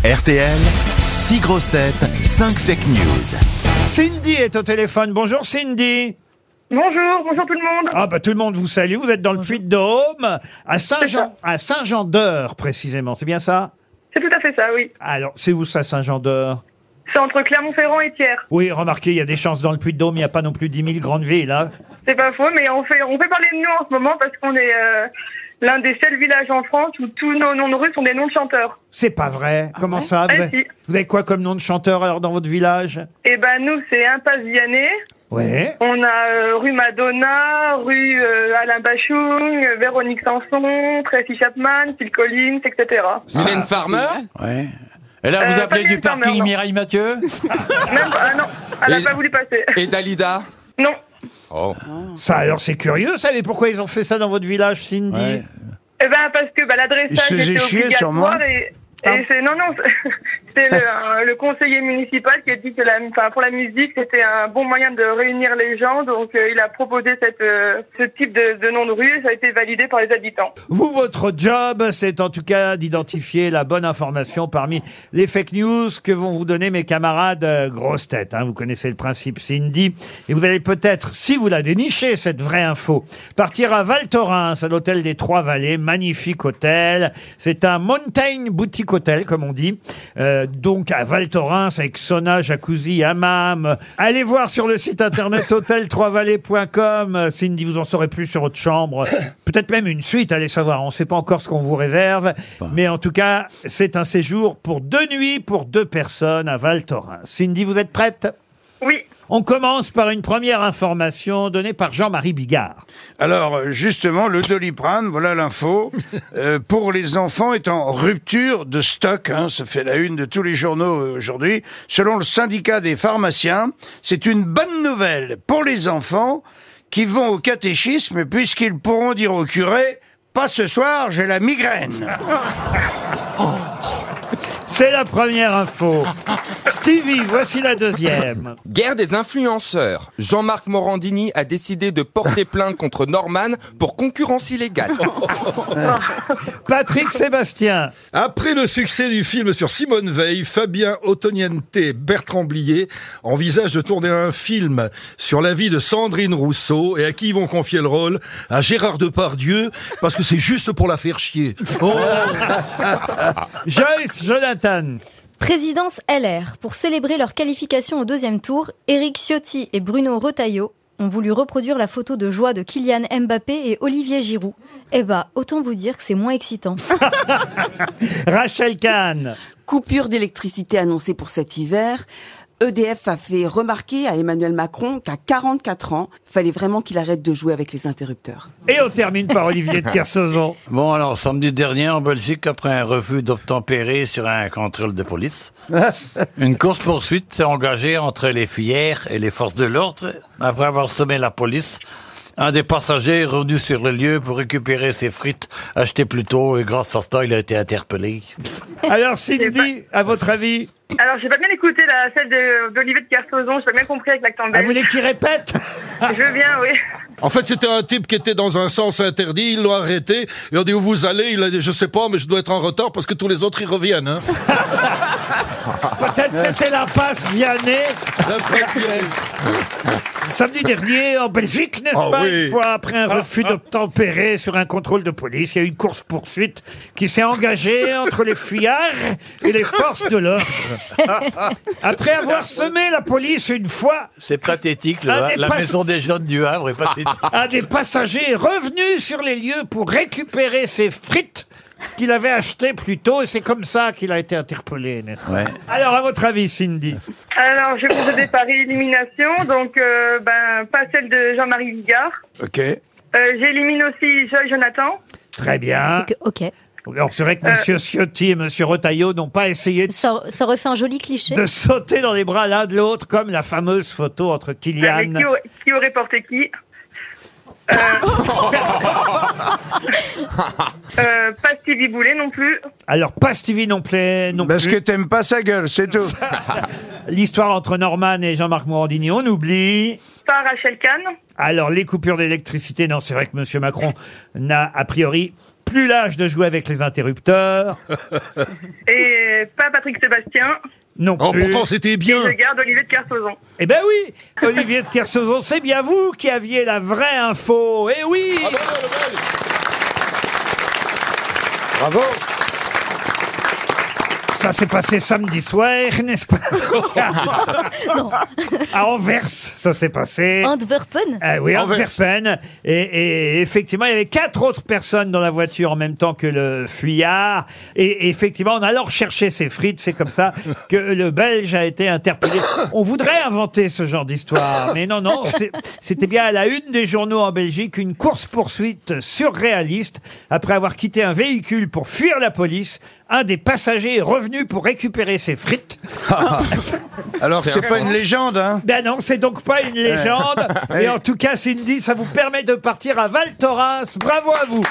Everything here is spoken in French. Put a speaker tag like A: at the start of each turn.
A: RTL, 6 grosses têtes, 5 fake news.
B: Cindy est au téléphone. Bonjour Cindy.
C: Bonjour, bonjour tout le monde.
B: Ah bah tout le monde vous salue. Vous êtes dans le Puy-de-Dôme, à Saint-Jean, à Saint-Jean-d'Eure précisément. C'est bien ça
C: C'est tout à fait ça, oui.
B: Alors c'est où ça Saint-Jean-d'Eure
C: C'est entre Clermont-Ferrand et Thiers.
B: Oui, remarquez, il y a des chances dans le Puy-de-Dôme. Il n'y a pas non plus 10 000 grandes villes. hein.
C: C'est pas faux, mais on fait, on fait parler de nous en ce moment parce qu'on est euh, l'un des seuls villages en France où tous nos noms de rues sont des noms de chanteurs.
B: C'est pas vrai. Comment ça
D: ben.
B: vous
C: Ah,
B: avez,
C: si.
B: vous avez quoi comme nom de chanteur alors dans votre village
C: Et ben nous, c'est Impasse Vianney.
B: Ouais.
C: On a euh, rue Madonna, rue euh, Alain Bachung, euh, Véronique Sanson, Tracy Chapman, Phil Collins, etc.
E: Mylène Farmer
D: Ouais. Et là,
C: Euh,
D: vous
C: pas
D: appelez du
C: Mylène Farmer,
D: parking
C: non.
D: Mireille Mathieu
C: Même, ah non, elle a
E: Et-
C: pas voulu passer.
E: et Dalida.
C: Non.
E: Oh.
B: Ça alors c'est curieux. Vous savez pourquoi ils ont fait ça dans votre village, Cindy
D: Ouais.
C: Eh ben parce que bah,
D: Il se
C: l'adressage
D: faisait
C: était
D: chier,
C: obligatoire
D: sûrement.
C: et,
B: Pardon
C: et c'est non non c'est- c'est le, un- le conseiller municipal qui a dit que la, enfin, pour la musique c'était un bon moyen de réunir les gens donc euh, il a proposé cette euh, ce type de, de nom de rue et ça a été validé par les habitants.
B: Vous, votre job, c'est en tout cas d'identifier la bonne information parmi les fake news que vont vous donner mes camarades euh, grosses têtes. hein. Vous connaissez le principe Cindy. Et vous allez peut-être, si vous la dénichez, cette vraie info, partir à Val Thorens, à l'hôtel des Trois Vallées, magnifique hôtel. C'est un mountain boutique hôtel, comme on dit. Euh, donc à Val Thorens, avec sauna, jacuzzi, hammam. Allez voir sur le site internet hôtel3vallées.com. Euh, Cindy, vous en saurez plus sur votre chambre. Peut-être même une suite, allez savoir. On ne sait pas encore ce qu'on vous réserve. Mais en tout cas, c'est un séjour pour deux nuits, pour deux personnes à Val Thorens. Cindy, vous êtes prête
C: Oui.
B: on commence par une première information donnée par Jean-Marie Bigard.
F: Alors euh, justement, le doliprane, voilà l'info, euh, pour les enfants est en rupture de stock, hein, ça fait la une de tous les journaux euh, aujourd'hui. Selon le syndicat des pharmaciens, c'est une bonne nouvelle pour les enfants qui vont au catéchisme puisqu'ils pourront dire au curé, pas ce soir, j'ai la migraine.
B: C'est la première info. Stevie, voici la deuxième.
E: Guerre des influenceurs. Jean-Marc Morandini a décidé de porter plainte contre Norman pour concurrence illégale.
B: Patrick Sébastien.
G: Après le succès du film sur Simone Veil, Fabien Ottoniente et Bertrand Blier envisagent de tourner un film sur la vie de Sandrine Rousseau et à qui ils vont confier le rôle À Gérard Depardieu, parce que c'est juste pour la faire chier. Oh
B: Joyce Jonathan.
H: Présidence LR. Pour célébrer leur qualification au deuxième tour, Éric Ciotti et Bruno Retailleau ont voulu reproduire la photo de joie de Kylian Mbappé et Olivier Giroud. Eh bah, autant vous dire que c'est moins excitant.
B: Rachel Kahn.
I: Coupure d'électricité annoncée pour cet hiver. EDF a fait remarquer à Emmanuel Macron qu'à 44 ans, fallait vraiment qu'il arrête de jouer avec les interrupteurs.
B: Et on termine par Olivier de Kersauzon.
D: Bon, alors, samedi dernier, en Belgique, après un refus d'obtempérer sur un contrôle de police, une course-poursuite s'est engagée entre les filières et les forces de l'ordre. Après avoir sommé la police, un des passagers est revenu sur le lieu pour récupérer ses frites achetées plus tôt et grâce à ça, il a été interpellé.
B: Alors Cindy, à votre avis,
C: Alors j'ai pas bien écouté la celle de- d'Olivier de Kersauzon, j'ai pas bien compris avec l'accent
B: à vous
C: belge.
B: voulez qu'il répète
C: Je veux bien, oui.
G: en fait, c'était un type qui était dans un sens interdit, ils l'ont arrêté, ils ont dit où vous allez, il a dit je sais pas, mais je dois être en retard parce que tous les autres y reviennent. hein.
B: Peut-être c'était l'impasse Vianney. Samedi dernier, en Belgique, n'est-ce
G: Ah
B: pas,
G: oui.
B: une fois après un refus d'obtempérer sur un contrôle de police, il y a eu une course-poursuite qui s'est engagée entre les fuyards et les forces de l'ordre. Après avoir semé la police une fois,
D: C'est pathétique,
B: Ah,
D: la,
B: mais
D: la
B: pas-
D: maison des jeunes du Havre est pathétique.
B: un des passagers est revenu sur les lieux pour récupérer ses frites qu'il avait achetées plus tôt, et c'est comme ça qu'il a été interpellé, n'est-ce pas
D: Ouais.
B: Alors, à votre avis, Cindy
C: Alors je vais vous donner par élimination, donc euh, ben pas celle de Jean-Marie Bigard.
F: ok.
C: Euh, J'élimine aussi Joy Jonathan.
B: Très bien.
H: Donc, ok.
B: Alors, c'est vrai que Monsieur Ciotti et Monsieur Retailleau n'ont pas essayé de
H: Ça, ça refait un joli cliché.
B: de sauter dans les bras l'un de l'autre, comme la fameuse photo entre
C: Mais
B: Kylian.
C: qui, aurait- qui aurait porté qui euh... euh, Pas Stevie Boulet non plus.
B: Alors, pas Stevie non plus. Non
F: Parce
B: plus.
F: que t'aimes pas sa gueule, c'est tout.
B: L'histoire entre Norman et Jean-Marc Morandini, on oublie.
C: Pas Rachel Kahn.
B: Alors, les coupures d'électricité, non, c'est vrai que Monsieur Macron n'a a priori plus l'âge de jouer avec les interrupteurs.
C: Et pas Patrick Sébastien.
B: Non
G: Oh,
B: plus.
G: pourtant, c'était bien.
C: Je garde Olivier de Kersauzon.
B: Eh ben oui, Olivier de Kersauzon, c'est bien vous qui aviez la vraie info. Eh oui
F: Bravo.
B: Ça s'est passé samedi soir, n'est-ce pas
H: Non.
B: À Anvers, ça s'est passé.
H: Antwerpen
B: Ah oui,
G: Anvers.
B: Antwerpen. Et, et effectivement, il y avait quatre autres personnes dans la voiture en même temps que le fuyard. Et, et effectivement, en allant chercher ses frites, c'est comme ça que le Belge a été interpellé. On voudrait inventer ce genre d'histoire, mais non, non. c'est- C'était bien à la une des journaux en Belgique une course-poursuite surréaliste après avoir quitté un véhicule pour fuir la police. Un des passagers est revenu pour récupérer ses frites.
F: Alors, c'est pas une légende, hein
B: Ben non, c'est donc pas une légende. Et en tout cas, Cindy, ça vous permet de partir à Val Thorens. Bravo à vous.